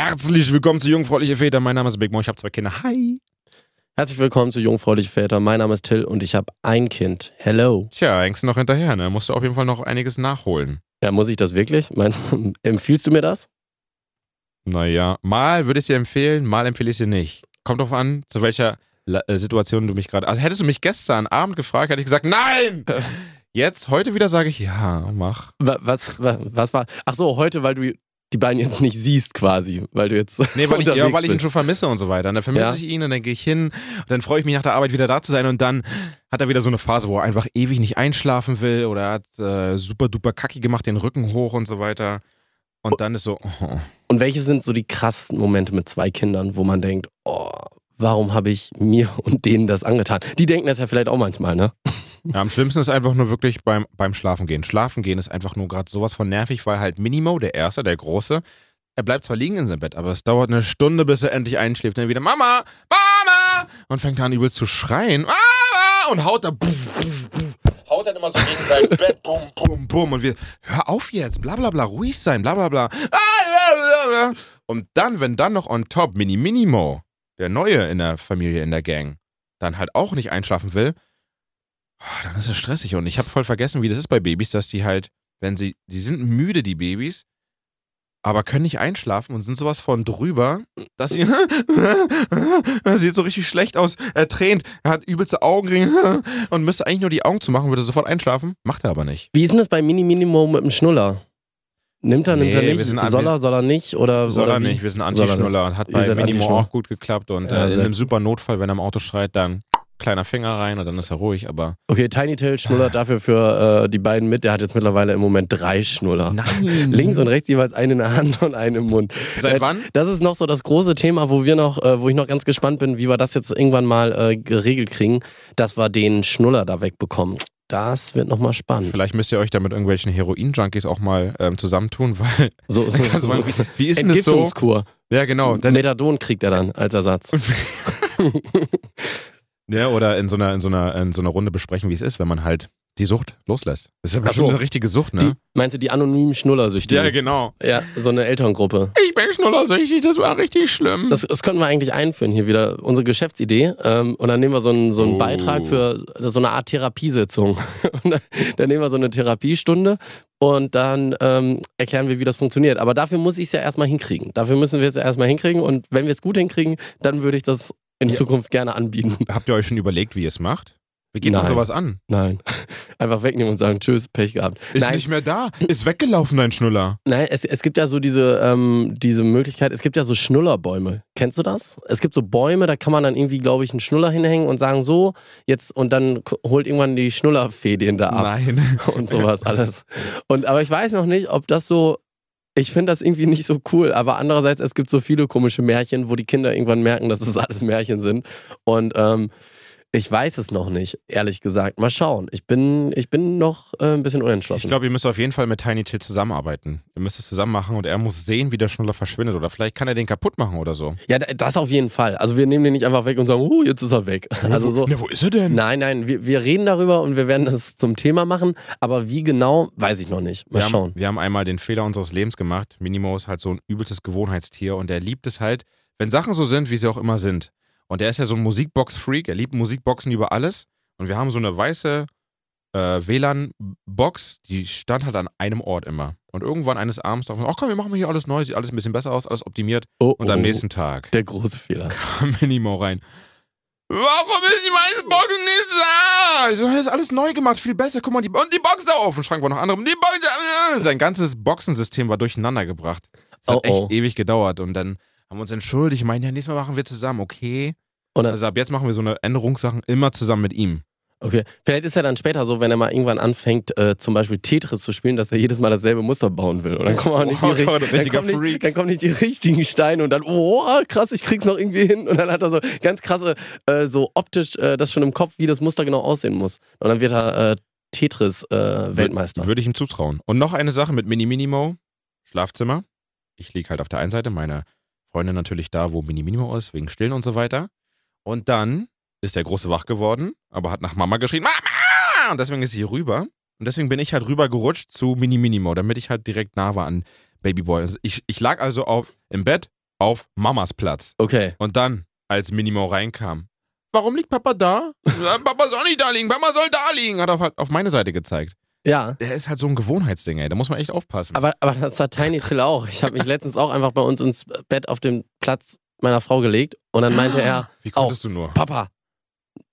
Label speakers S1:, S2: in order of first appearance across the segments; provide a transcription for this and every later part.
S1: Herzlich willkommen zu Jungfräuliche Väter. Mein Name ist Big Mo, ich habe zwei Kinder. Hi.
S2: Herzlich willkommen zu Jungfräuliche Väter. Mein Name ist Till und ich habe ein Kind. Hello.
S1: Tja, hängst du noch hinterher, ne? Musst du auf jeden Fall noch einiges nachholen.
S2: Ja, muss ich das wirklich? Meinst, empfiehlst du mir das?
S1: Naja, mal würde ich es dir empfehlen, mal empfehle ich es dir nicht. Kommt drauf an, zu welcher La- äh, Situation du mich gerade. Also hättest du mich gestern Abend gefragt, hätte ich gesagt, nein! Jetzt, heute wieder sage ich, ja, mach.
S2: Wa- Was, wa- was war? Ach so, heute, weil du die beiden jetzt nicht siehst quasi, weil du jetzt
S1: Nee, weil ich,
S2: unterwegs
S1: ja, weil ich ihn
S2: bist.
S1: schon vermisse und so weiter. Und dann vermisse
S2: Ja.
S1: ich ihn und dann gehe ich hin und dann freue ich mich nach der Arbeit wieder da zu sein und dann hat er wieder so eine Phase, wo er einfach ewig nicht einschlafen will oder hat äh, super duper kacki gemacht, den Rücken hoch und so weiter. Und dann ist so, oh,
S2: Und welche sind so die krassesten Momente mit zwei Kindern, wo man denkt, oh, warum habe ich mir und denen das angetan? Die denken das ja vielleicht auch manchmal, ne?
S1: Ja, am schlimmsten ist einfach nur wirklich beim, beim Schlafen gehen. Schlafen gehen ist einfach nur gerade sowas von nervig, weil halt Minimo, der Erste, der Große, er bleibt zwar liegen in seinem Bett, aber es dauert eine Stunde, bis er endlich einschläft. Und dann wieder Mama, Mama! Und fängt an übel zu schreien. Mama! Und haut da, puff, puff, puff, haut dann immer so gegen sein Bett, bum, bum, bum. Und wir, hör auf jetzt, bla bla bla, ruhig sein, bla bla bla. Ah, bla, bla, bla. Und dann, wenn dann noch on top Mini Minimo, der Neue in der Familie, in der Gang, dann halt auch nicht einschlafen will, Ah, Dann ist es stressig und ich habe voll vergessen, wie das ist bei Babys, dass die halt, wenn sie, die sind müde, die Babys, aber können nicht einschlafen und sind sowas von drüber, dass sie, er sieht so richtig schlecht aus, er tränt, er hat übelste Augenringe und müsste eigentlich nur die Augen zumachen, würde sofort einschlafen, macht er aber nicht.
S2: Wie ist denn das bei Mini Minimo mit dem Schnuller? Nimmt er, nimmt
S1: Nee,
S2: er
S1: wir
S2: nicht?
S1: sind an-
S2: soll er, soll er nicht? Oder,
S1: Soll
S2: oder
S1: er
S2: wie?
S1: nicht, wir sind
S2: Soll er
S1: Antischnuller und hat
S2: Ihr
S1: bei
S2: seid
S1: Minimo
S2: Antischnuller.
S1: auch gut geklappt und
S2: Ja,
S1: äh, in
S2: sehr
S1: einem super Notfall, wenn er im Auto schreit, dann kleiner Finger rein und dann ist er ruhig, aber
S2: Okay, Tiny Tail schnullert dafür für äh, die beiden mit. Der hat jetzt mittlerweile im Moment drei Schnuller.
S1: nein.
S2: Ah. Links und rechts jeweils einen in der Hand und einen im Mund.
S1: Seit
S2: Äh,
S1: wann?
S2: Das ist noch so das große Thema, wo wir noch, äh, wo ich noch ganz gespannt bin, wie wir das jetzt irgendwann mal äh, geregelt kriegen, dass wir den Schnuller da wegbekommen. Das wird nochmal spannend.
S1: Vielleicht müsst ihr euch da mit irgendwelchen Heroin-Junkies auch mal ähm, zusammentun, weil.
S2: So, so, so,
S1: Also,
S2: so.
S1: man- wie ist denn das so?
S2: Entgiftungskur.
S1: Ja, genau. Dann,
S2: Methadon kriegt er dann als Ersatz.
S1: ja, oder in so, einer, in, so einer, in so einer Runde besprechen, wie es ist, wenn man halt die Sucht loslässt. Das ist ja
S2: Ach so.
S1: bestimmt eine richtige Sucht,
S2: Die,
S1: ne?
S2: meinst du die anonymen Schnullersüchtigen?
S1: ja, genau.
S2: ja, so eine Elterngruppe.
S1: Ich bin schnullersüchtig, das war richtig schlimm.
S2: Das, das könnten wir eigentlich einführen hier wieder, unsere Geschäftsidee. Ähm, und dann nehmen wir so einen, so einen
S1: Oh.
S2: Beitrag für so eine Art Therapiesitzung. Und dann, dann nehmen wir so eine Therapiestunde und dann ähm, erklären wir, wie das funktioniert. Aber dafür muss ich es ja erstmal hinkriegen. Dafür müssen wir es ja erstmal hinkriegen. Und wenn wir es gut hinkriegen, dann würde ich das in
S1: Ja.
S2: Zukunft gerne anbieten.
S1: Habt ihr euch schon überlegt, wie ihr es macht? Wie geht man
S2: Nein.
S1: sowas an?
S2: Nein. Einfach wegnehmen und sagen, tschüss, Pech gehabt.
S1: Ist
S2: Nein,
S1: nicht mehr da. Ist weggelaufen, dein Schnuller.
S2: Nein, es, es gibt ja so diese, ähm, diese Möglichkeit, es gibt ja so Schnullerbäume. Kennst du das? Es gibt so Bäume, da kann man dann irgendwie, glaube ich, einen Schnuller hinhängen und sagen so, jetzt, und dann k- holt irgendwann die Schnullerfee den da ab
S1: Nein.
S2: und sowas alles. Und, aber ich weiß noch nicht, ob das so, ich finde das irgendwie nicht so cool, aber andererseits, es gibt so viele komische Märchen, wo die Kinder irgendwann merken, dass es alles Märchen sind und, ähm, ich weiß es noch nicht, ehrlich gesagt. Mal schauen. Ich bin, ich bin noch äh, ein bisschen unentschlossen.
S1: Ich glaube, ihr müsst auf jeden Fall mit Tiny Till zusammenarbeiten. Ihr müsst es zusammen machen und er muss sehen, wie der Schnuller verschwindet. Oder vielleicht kann er den kaputt machen oder so.
S2: Ja, da- das auf jeden Fall. Also wir nehmen den nicht einfach weg und sagen, oh, jetzt ist er weg. Also so.
S1: Na, wo ist er denn?
S2: Nein, nein, wir, wir reden darüber und wir werden das zum Thema machen. Aber wie genau, weiß ich noch nicht. Mal
S1: wir
S2: schauen.
S1: Haben, wir haben einmal den Fehler unseres Lebens gemacht. Minimo ist halt so ein übelstes Gewohnheitstier und er liebt es halt, wenn Sachen so sind, wie sie auch immer sind. Und er ist ja so ein Musikbox-Freak, er liebt Musikboxen über alles. Und wir haben so eine weiße äh, WLAN-Box, die stand halt an einem Ort immer. Und irgendwann eines Abends dachte ich, ach komm, wir machen mal hier alles neu, sieht alles ein bisschen besser aus, alles optimiert.
S2: Oh,
S1: Und am nächsten Tag
S2: Der große Fehler.
S1: kam Minimo rein. Warum ist die meiste Box nicht da? Ich so, das ist alles neu gemacht, viel besser. Guck mal, die, und die Box da auf dem Schrank war noch andere. Die Box da, Sein ganzes Boxensystem war durcheinander gebracht. Das hat
S2: Oh, oh.
S1: echt ewig gedauert. Und dann haben wir uns entschuldigt. Ich meine, ja, nächstes Mal machen wir zusammen, okay?
S2: Und dann,
S1: Also ab jetzt machen wir so eine Änderungssachen immer zusammen mit ihm.
S2: okay. Vielleicht ist er dann später so, wenn er mal irgendwann anfängt, äh, zum Beispiel Tetris zu spielen, dass er jedes Mal dasselbe Muster bauen will. Und dann kommen auch nicht die
S1: Oh
S2: richt-
S1: Gott,
S2: dann
S1: richtiger
S2: kommen
S1: Freak.
S2: nicht, dann kommen nicht die richtigen Steine und dann, oh, krass, ich krieg's noch irgendwie hin. Und dann hat er so ganz krasse, äh, so optisch äh, das schon im Kopf, wie das Muster genau aussehen muss. Und dann wird er äh, Tetris-Weltmeister.
S1: Würde ich ihm zutrauen. Und noch eine Sache mit Mini Minimo. Schlafzimmer. Ich liege halt auf der einen Seite, meine Freundin natürlich da, wo Mini Minimo ist, wegen Stillen und so weiter. Und dann ist der Große wach geworden, aber hat nach Mama geschrien, Mama! Und deswegen ist sie rüber. Und deswegen bin ich halt rüber gerutscht zu Mini Minimo, damit ich halt direkt nah war an Babyboy. Also Ich, ich lag also auf, im Bett auf Mamas Platz.
S2: Okay.
S1: Und dann, als Minimo reinkam, warum liegt Papa da? Ja, Papa soll nicht da liegen, Papa soll da liegen, hat er auf, halt auf meine Seite gezeigt.
S2: Ja.
S1: Der ist halt so ein Gewohnheitsding, ey. Da muss man echt aufpassen.
S2: Aber, aber das hat Tiny Till auch. Ich habe mich letztens auch einfach bei uns ins Bett auf dem Platz meiner Frau gelegt und dann meinte er,
S1: Wie konntest du nur?
S2: Papa,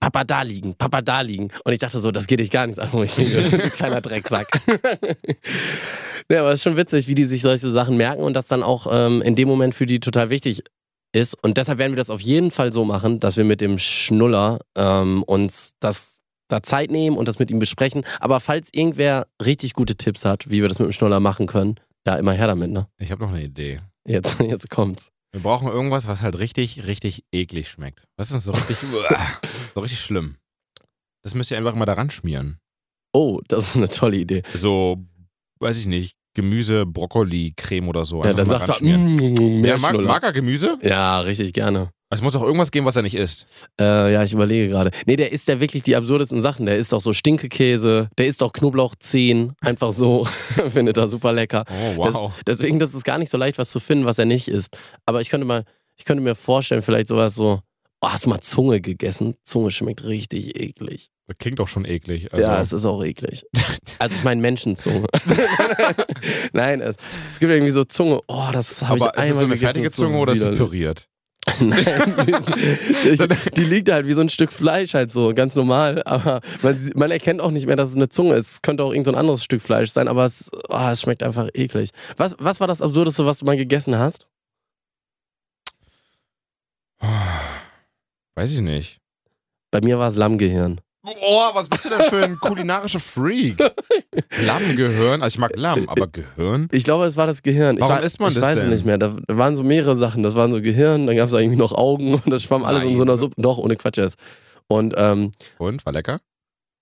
S2: Papa da liegen, Papa da liegen. Und ich dachte so, das geht dich gar nichts an, wo ich liege. Kleiner Drecksack. ja, aber es ist schon witzig, wie die sich solche Sachen merken und das dann auch ähm, in dem Moment für die total wichtig ist. Und deshalb werden wir das auf jeden Fall so machen, dass wir mit dem Schnuller ähm, uns das da Zeit nehmen und das mit ihm besprechen. Aber falls irgendwer richtig gute Tipps hat, wie wir das mit dem Schnuller machen können, ja, immer her damit, ne?
S1: Ich habe noch eine Idee.
S2: Jetzt, jetzt kommt's.
S1: Wir brauchen irgendwas, was halt richtig, richtig eklig schmeckt. Was ist denn so richtig, uah, so richtig schlimm? Das müsst ihr einfach immer daran schmieren.
S2: Oh, das ist eine tolle Idee.
S1: So, weiß ich nicht, Gemüse, Brokkoli, Creme oder so.
S2: Ja,
S1: einfach
S2: dann
S1: mal
S2: sagt er,
S1: ranschmieren.
S2: mm, mehr
S1: Ja, mag,
S2: Schnuller.
S1: mag er Gemüse?
S2: Ja, richtig gerne.
S1: Es muss doch irgendwas geben, was er nicht isst.
S2: Äh, ja, ich überlege gerade. Nee, der isst ja wirklich die absurdesten Sachen. Der isst doch so Stinkekäse, der isst doch Knoblauchzehen, einfach so. Findet er super lecker.
S1: Oh,
S2: Deswegen, das ist gar nicht so leicht, was zu finden, was er nicht isst. Aber ich könnte mal, ich könnte mir vorstellen, vielleicht sowas so, oh, hast du mal Zunge gegessen? Zunge schmeckt richtig eklig.
S1: Das klingt doch schon eklig. Also,
S2: Ja, es ist auch eklig. Also ich meine Menschenzunge. Nein, es, es gibt irgendwie so Zunge, oh, das habe ich
S1: aber ist es so
S2: einmal
S1: eine
S2: gegessen,
S1: fertige
S2: das ist so
S1: Zunge oder ist sie
S2: widerlich.
S1: püriert?
S2: Nein, ich, die liegt halt wie so ein Stück Fleisch halt so, ganz normal. Aber man, sie- man erkennt auch nicht mehr, dass es eine Zunge ist. Es könnte auch irgendein so ein anderes Stück Fleisch sein, aber es, ah, es schmeckt einfach eklig. Was, was war das Absurdeste, was du mal gegessen hast?
S1: Oh. Weiß ich nicht.
S2: Bei mir war es Lammgehirn.
S1: Oh, was bist du denn für ein kulinarischer Freak? Lamm, Gehirn. Also ich mag Lamm, aber Gehirn?
S2: Ich glaube, es war das Gehirn. Ich
S1: Warum
S2: war,
S1: isst man
S2: ich
S1: das
S2: weiß es
S1: denn?
S2: nicht mehr. Da waren so mehrere Sachen. Das waren so Gehirn, dann gab es irgendwie noch Augen und das schwamm alles in so einer
S1: Nein.
S2: Suppe. Doch, ohne Quatsch jetzt. Und ähm,
S1: Und, war lecker?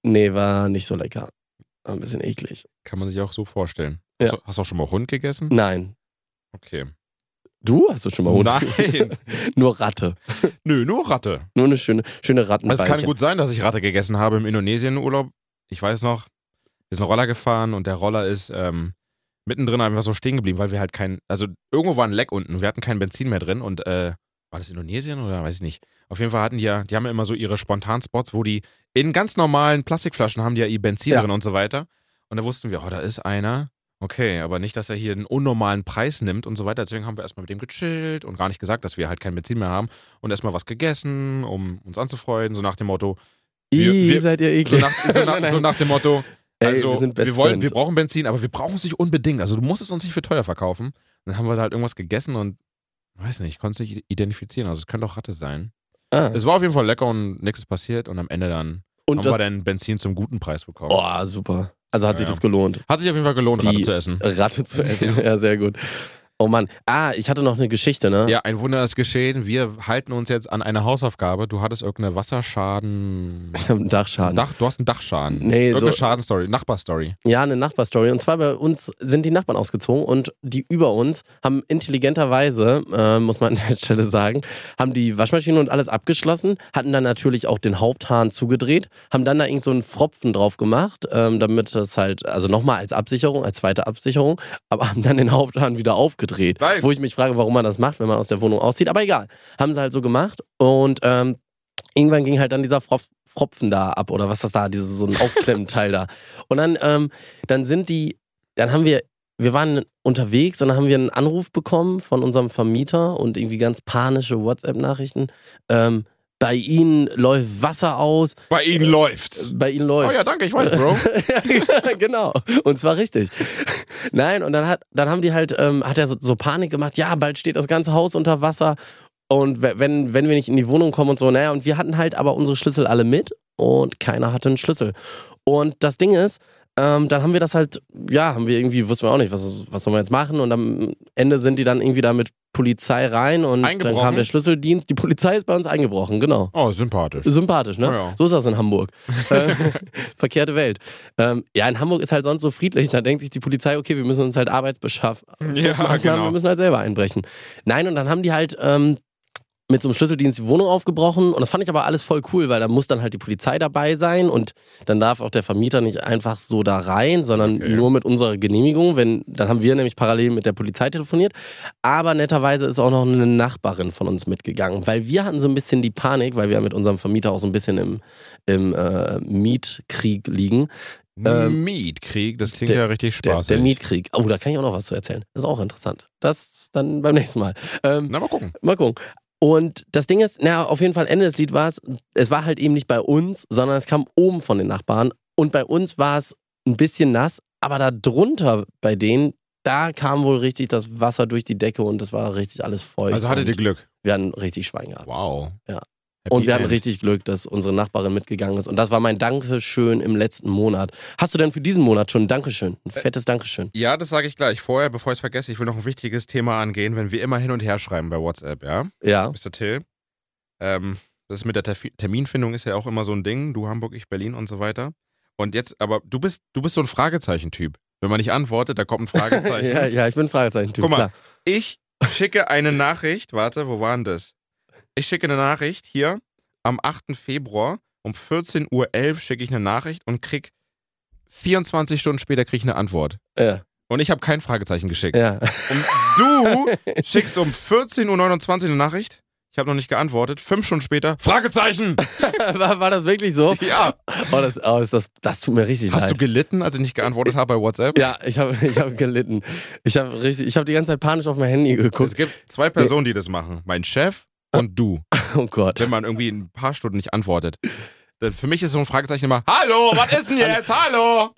S2: nee, war nicht so lecker. War Ein bisschen eklig.
S1: Kann man sich auch so vorstellen.
S2: Ja.
S1: Hast,
S2: Mhm.
S1: du, hast du auch schon mal Hund gegessen?
S2: Nein.
S1: Okay. Oh
S2: Du hast du schon mal Hund?
S1: Nein.
S2: Nur Ratte.
S1: Nö, nur Ratte.
S2: Nur eine schöne, schöne
S1: Also es
S2: Rattenbeinchen.
S1: kann gut sein, dass ich Ratte gegessen habe im Indonesien-Urlaub. Ich weiß noch, wir sind Roller gefahren und der Roller ist ähm, mittendrin einfach so stehen geblieben, weil wir halt kein, also irgendwo war ein Leck unten, wir hatten kein Benzin mehr drin und äh, war das Indonesien oder weiß ich nicht. Auf jeden Fall hatten die ja, die haben ja immer so ihre Spontanspots, wo die in ganz normalen Plastikflaschen haben die ja ihr Benzin
S2: Ja.
S1: drin und so weiter. Und da wussten wir, oh, da ist einer. Okay, aber nicht, dass er hier einen unnormalen Preis nimmt und so weiter. Deswegen haben wir erstmal mit dem gechillt und gar nicht gesagt, dass wir halt kein Benzin mehr haben und erstmal was gegessen, um uns anzufreuen. So nach dem Motto, Wir-
S2: Ih,
S1: wir-
S2: seid ihr
S1: so
S2: eklig.
S1: nach, so
S2: Nein,
S1: nach,
S2: nein.
S1: so nach dem Motto,
S2: Ey,
S1: also
S2: wir sind
S1: wir,
S2: Best
S1: wollen,
S2: Friends.
S1: wir brauchen Benzin, aber wir brauchen es nicht unbedingt. Also du musst es uns nicht für teuer verkaufen. Dann haben wir da halt irgendwas gegessen und weiß nicht, ich konnte es nicht identifizieren. Also es könnte auch Ratte sein.
S2: Ah.
S1: Es war auf jeden Fall lecker und nichts ist passiert und am Ende dann
S2: Und
S1: Also, haben wir
S2: das,
S1: dann Benzin zum guten Preis bekommen.
S2: oh, super. Also hat
S1: Ja,
S2: sich
S1: ja.
S2: das gelohnt,
S1: Hat sich auf jeden Fall gelohnt,
S2: Die-
S1: Ratte zu essen.
S2: Ratte zu essen. Ja, sehr gut. Oh Mann. Ah, ich hatte noch eine Geschichte, ne?
S1: Ja, ein Wunder ist geschehen. Wir halten uns jetzt an eine Hausaufgabe. Du hattest irgendeine Wasserschaden.
S2: Dachschaden.
S1: Dach, du hast einen Dachschaden.
S2: Nee,
S1: Irgendeine
S2: so-
S1: Schadenstory, Nachbarstory.
S2: Ja, eine Nachbarstory. Und zwar bei uns sind die Nachbarn ausgezogen und die über uns haben intelligenterweise, äh, muss man an der Stelle sagen, haben die Waschmaschine und alles abgeschlossen, hatten dann natürlich auch den Haupthahn zugedreht, haben dann da irgend so einen Fropfen drauf gemacht, ähm, damit das halt, also nochmal als Absicherung, als zweite Absicherung, aber haben dann den Haupthahn wieder aufgedreht.
S1: Nein.
S2: Wo ich mich frage, warum man das macht, wenn man aus der Wohnung auszieht. Aber egal, haben sie halt so gemacht und ähm, irgendwann ging halt dann dieser Frop Fropfen da ab oder was das da, dieses so ein Aufklemmteil da. Und dann, ähm, dann sind die, dann haben wir, wir waren unterwegs und dann haben wir einen Anruf bekommen von unserem Vermieter und irgendwie ganz panische WhatsApp-Nachrichten. Ähm, bei ihnen läuft Wasser aus,
S1: Bei Ihnen läuft's.
S2: bei ihnen läuft.
S1: Oh ja, danke, ich weiß, Bro.
S2: Ja, genau. Und zwar richtig. Nein, und dann hat, dann haben die halt, ähm, hat er so, so Panik gemacht, ja, bald steht das ganze Haus unter Wasser. Und we- wenn, wenn wir nicht in die Wohnung kommen und so, naja, und wir hatten halt aber unsere Schlüssel alle mit und keiner hatte einen Schlüssel. Und das Ding ist, ähm, dann haben wir das halt, ja, haben wir irgendwie, wussten wir auch nicht, was, was sollen wir jetzt machen? Und am Ende sind die dann irgendwie da mit Polizei rein und dann
S1: Eingebrochen?
S2: kam der Schlüsseldienst. Die Polizei ist bei uns eingebrochen, genau.
S1: Oh, sympathisch.
S2: Sympathisch, ne?
S1: Ja, ja.
S2: So ist das in Hamburg. Ähm, Verkehrte Welt. Ähm, ja, in Hamburg ist halt sonst so friedlich. Da denkt sich die Polizei, okay, wir müssen uns halt Arbeitsbeschaff.
S1: Ja,
S2: Maßnahmen,
S1: genau.
S2: Wir müssen halt selber einbrechen. Nein, und dann haben die halt ähm, mit so einem Schlüsseldienst die Wohnung aufgebrochen. Und das fand ich aber alles voll cool, weil da muss dann halt die Polizei dabei sein und dann darf auch der Vermieter nicht einfach so da rein, sondern
S1: Okay.
S2: nur mit unserer Genehmigung. Wenn, dann haben wir nämlich parallel mit der Polizei telefoniert. Aber netterweise ist auch noch eine Nachbarin von uns mitgegangen, weil wir hatten so ein bisschen die Panik, weil wir mit unserem Vermieter auch so ein bisschen im, im äh, Mietkrieg liegen. Ähm,
S1: Mietkrieg, das klingt
S2: der-
S1: ja richtig
S2: Der,
S1: spaßig.
S2: der Mietkrieg. Oh, da kann ich auch noch was zu erzählen. Das ist auch interessant. Das dann beim nächsten Mal. Ähm,
S1: Na, mal gucken.
S2: Mal gucken. Und das Ding ist, na, auf jeden Fall Ende des Lied war es, es war halt eben nicht bei uns, sondern es kam oben von den Nachbarn. Und bei uns war es ein bisschen nass, aber da drunter bei denen, da kam wohl richtig das Wasser durch die Decke und das war richtig alles feucht.
S1: Also hattet ihr
S2: und
S1: Glück.
S2: Wir hatten richtig Schwein gehabt.
S1: Wow.
S2: Ja.
S1: Happy
S2: Und wir hatten
S1: End.
S2: richtig Glück, dass unsere Nachbarin mitgegangen ist. Und das war mein Dankeschön im letzten Monat. Hast du denn für diesen Monat schon ein Dankeschön? Ein fettes Dankeschön.
S1: Ja, das sage ich gleich. Vorher, bevor ich es vergesse, ich will noch ein wichtiges Thema angehen, wenn wir immer hin und her schreiben bei WhatsApp, ja?
S2: Ja.
S1: Mr. Till. Ähm, das mit der Terfi- Terminfindung ist ja auch immer so ein Ding. Du Hamburg, ich Berlin und so weiter. Und jetzt, aber du bist, du bist so ein Fragezeichen-Typ. Wenn man nicht antwortet, da kommt ein Fragezeichen.
S2: Ja, ja, ich bin Fragezeichen-Typ,
S1: Guck mal.
S2: klar.
S1: Ich schicke eine Nachricht. Warte, wo war denn das? Ich schicke eine Nachricht hier am 8. Februar um 14.11 Uhr schicke ich eine Nachricht und krieg 24 Stunden später krieg ich eine Antwort.
S2: Ja,
S1: Und ich habe kein Fragezeichen geschickt.
S2: ja.
S1: Und du schickst um 14.29 Uhr eine Nachricht. Ich habe noch nicht geantwortet. Fünf Stunden später. Fragezeichen!
S2: War, war das wirklich so?
S1: Ja.
S2: Oh, das, oh ist das, das tut mir richtig
S1: Hast
S2: leid.
S1: du gelitten, als ich nicht geantwortet habe bei WhatsApp?
S2: ja, ich habe ich hab gelitten. Ich habe richtig, ich habe die ganze Zeit panisch auf mein Handy
S1: Es
S2: geguckt.
S1: gibt zwei Personen, die das machen. Mein Chef und du.
S2: Oh Gott.
S1: wenn man irgendwie in ein paar Stunden nicht antwortet. Denn für mich ist so ein Fragezeichen immer, Hallo, was ist denn jetzt? Hallo!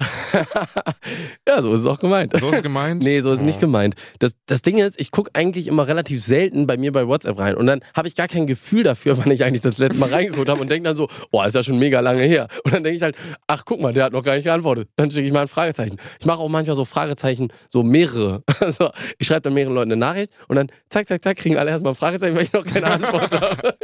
S2: Ja, so ist es auch gemeint.
S1: So ist gemeint.
S2: Nee, so ist es
S1: Ja.
S2: nicht gemeint. Das, das Ding ist, ich gucke eigentlich immer relativ selten bei mir bei WhatsApp rein und dann habe ich gar kein Gefühl dafür, wann ich eigentlich das letzte Mal reingeguckt habe und denke dann so, oh, ist ja schon mega lange her. Und dann denke ich halt, ach guck mal, der hat noch gar nicht geantwortet. Dann schicke ich mal ein Fragezeichen. Ich mache auch manchmal so Fragezeichen, so mehrere. Also ich schreibe dann mehreren Leuten eine Nachricht und dann zack, zack, zack, kriegen alle erstmal ein Fragezeichen, weil ich noch keine Antwort habe.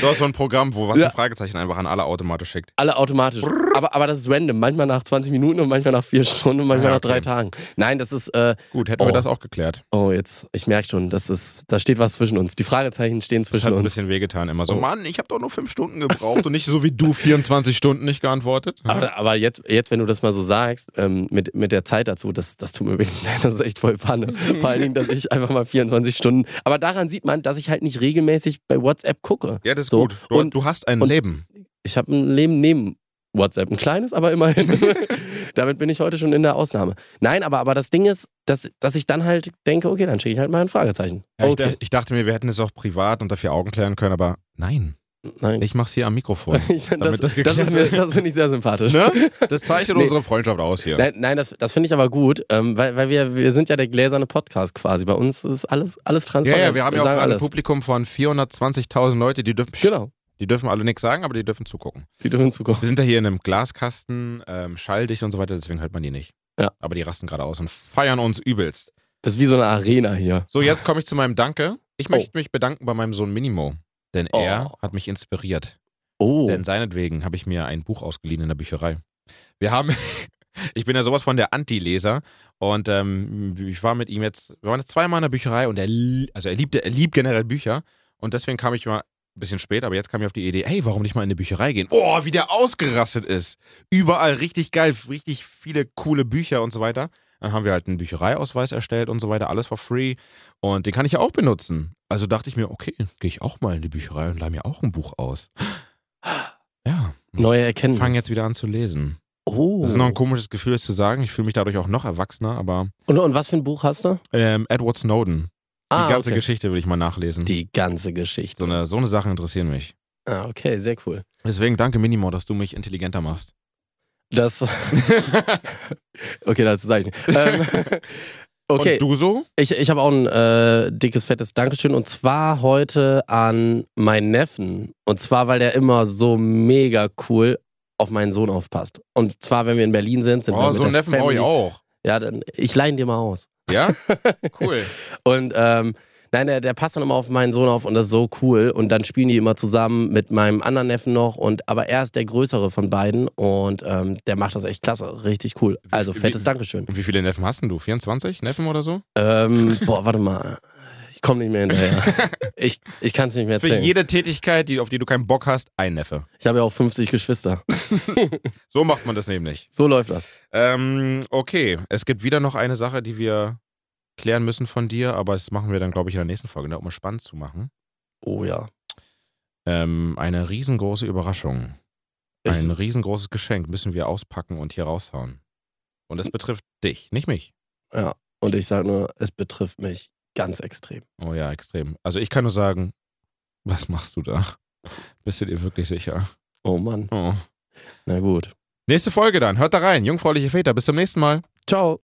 S1: Du hast so ein Programm, wo was
S2: Ja.
S1: ein Fragezeichen einfach an alle automatisch schickt.
S2: Alle automatisch. Aber, aber das ist random. Manchmal nach 20 Minuten und manchmal nach vier Stunden und manchmal
S1: Ah,
S2: nach drei
S1: okay.
S2: Tagen. Nein, das ist, äh,
S1: Gut, hätten
S2: Oh.
S1: wir das auch geklärt.
S2: Oh, jetzt, ich merke schon, das ist, da steht was zwischen uns. Die Fragezeichen stehen
S1: Das
S2: zwischen
S1: hat ein
S2: uns.
S1: bisschen wehgetan immer so.
S2: Oh.
S1: Mann, ich habe doch nur fünf Stunden gebraucht und nicht so wie du 24 Stunden nicht geantwortet.
S2: Aber, aber jetzt, jetzt, wenn du das mal so sagst, ähm, mit, mit der Zeit dazu, das, das tut mir wirklich leid, das ist echt voll Panne. Vor allen Dingen, dass ich einfach mal 24 Stunden. Aber daran sieht man, dass ich halt nicht regelmäßig bei WhatsApp gucke.
S1: Ja, das ist
S2: So.
S1: gut. Du,
S2: Und-
S1: du hast ein
S2: und-
S1: Leben.
S2: Ich habe ein Leben neben WhatsApp. Ein kleines, aber immerhin. Damit bin ich heute schon in der Ausnahme. Nein, aber, aber das Ding ist, dass, dass ich dann halt denke, okay, dann schicke ich halt mal ein Fragezeichen.
S1: Ja, ich,
S2: okay.
S1: dach- ich dachte mir, wir hätten es auch privat unter vier Augen klären können, aber nein,
S2: Nein.
S1: ich mach's hier am Mikrofon.
S2: Ich, das
S1: Damit das
S2: das, ist
S1: geklärt
S2: mir-
S1: wird.
S2: das finde ich sehr sympathisch.
S1: ne? Das zeichnet
S2: Nee.
S1: unsere Freundschaft aus hier.
S2: Nein, nein das, das finde ich aber gut, ähm, weil, weil wir, wir sind ja der gläserne Podcast quasi. Bei uns ist alles, alles
S1: Ja,
S2: transparent.
S1: ja, wir haben ja auch
S2: sagen
S1: gerade ein
S2: alles.
S1: Publikum von 420.000 Leute, die dürfen
S2: Genau,
S1: Die dürfen alle nichts sagen, aber die dürfen zugucken.
S2: die dürfen zugucken.
S1: Wir sind ja hier in einem Glaskasten, ähm, schalldicht und so weiter, deswegen hört man die nicht.
S2: Ja.
S1: Aber die rasten gerade aus und feiern uns übelst.
S2: Das ist wie so eine Arena hier.
S1: So, jetzt komme ich zu meinem Danke. Ich möchte mich bedanken bei meinem Sohn Minimo, denn
S2: Oh.
S1: er hat mich inspiriert.
S2: Oh,
S1: Denn seinetwegen habe ich mir ein Buch ausgeliehen in der Bücherei. Wir haben, ich bin ja sowas von der Anti-Leser und ähm, ich war mit ihm jetzt, wir waren jetzt zweimal in der Bücherei und er, lie- also er liebte, er liebt generell Bücher und deswegen kam ich mal ein bisschen spät, aber jetzt kam ich auf die Idee, hey, warum nicht mal in eine Bücherei gehen? Oh, wie der ausgerastet ist. Überall richtig geil, richtig viele coole Bücher und so weiter. Dann haben wir halt einen Büchereiausweis erstellt und so weiter, alles for free. Und den kann ich ja auch benutzen. Also dachte ich mir, okay, gehe ich auch mal in die Bücherei und leih mir auch ein Buch aus. Ja.
S2: neue
S1: Ich
S2: Erkenntnis.
S1: fange jetzt wieder an zu lesen.
S2: oh.
S1: Das ist noch ein komisches Gefühl, es zu sagen. Ich fühle mich dadurch auch noch erwachsener, aber
S2: und, und was für ein Buch hast du?
S1: ähm, Edward Snowden. Die
S2: Ah,
S1: ganze
S2: okay.
S1: Geschichte will ich mal nachlesen.
S2: Die ganze Geschichte.
S1: So eine, so eine Sachen interessieren mich.
S2: ah, okay, sehr cool.
S1: Deswegen danke Minimo, dass du mich intelligenter machst.
S2: Das, okay, dazu sage ich nicht. Ähm, okay,
S1: Und du so?
S2: ich, ich habe auch ein äh, dickes, fettes Dankeschön und zwar heute an meinen Neffen. Und zwar, weil der immer so mega cool auf meinen Sohn aufpasst. Und zwar, wenn wir in Berlin sind, sind wir
S1: Oh,
S2: mit
S1: so einen
S2: der
S1: Neffen brauche ich
S2: Family-
S1: auch.
S2: Ja, dann, ich leihe ihn dir mal aus.
S1: Ja? Cool.
S2: Und ähm, nein, der, der passt dann immer auf meinen Sohn auf und das ist so cool. Und dann spielen die immer zusammen mit meinem anderen Neffen noch. Und aber er ist der größere von beiden und ähm, der macht das echt klasse, richtig cool.
S1: Wie-
S2: Also
S1: wie-
S2: fettes Dankeschön.
S1: Und wie viele Neffen hast denn du? 24 Neffen oder so?
S2: Ähm, boah, warte mal. Ich komme nicht mehr hinterher. Ich, ich kann es nicht mehr
S1: Für
S2: erzählen.
S1: jede Tätigkeit, die, auf die du keinen Bock hast, ein Neffe.
S2: Ich habe ja auch 50 Geschwister.
S1: So macht man das nämlich.
S2: So läuft das.
S1: Ähm, okay, es gibt wieder noch eine Sache, die wir klären müssen von dir, aber das machen wir dann, glaube ich, in der nächsten Folge, ne, um es spannend zu machen.
S2: Oh ja.
S1: Ähm, eine riesengroße Überraschung.
S2: Ich,
S1: Ein riesengroßes Geschenk müssen wir auspacken und hier raushauen. Und das betrifft dich, nicht mich.
S2: ja. Und ich sage nur, es betrifft mich ganz extrem.
S1: Oh ja, extrem. Also ich kann nur sagen, was machst du da? Bist du dir wirklich sicher?
S2: Oh Mann.
S1: Oh.
S2: Na gut.
S1: Nächste Folge dann. Hört da rein. Jungfräuliche Väter. Bis zum nächsten Mal.
S2: Ciao.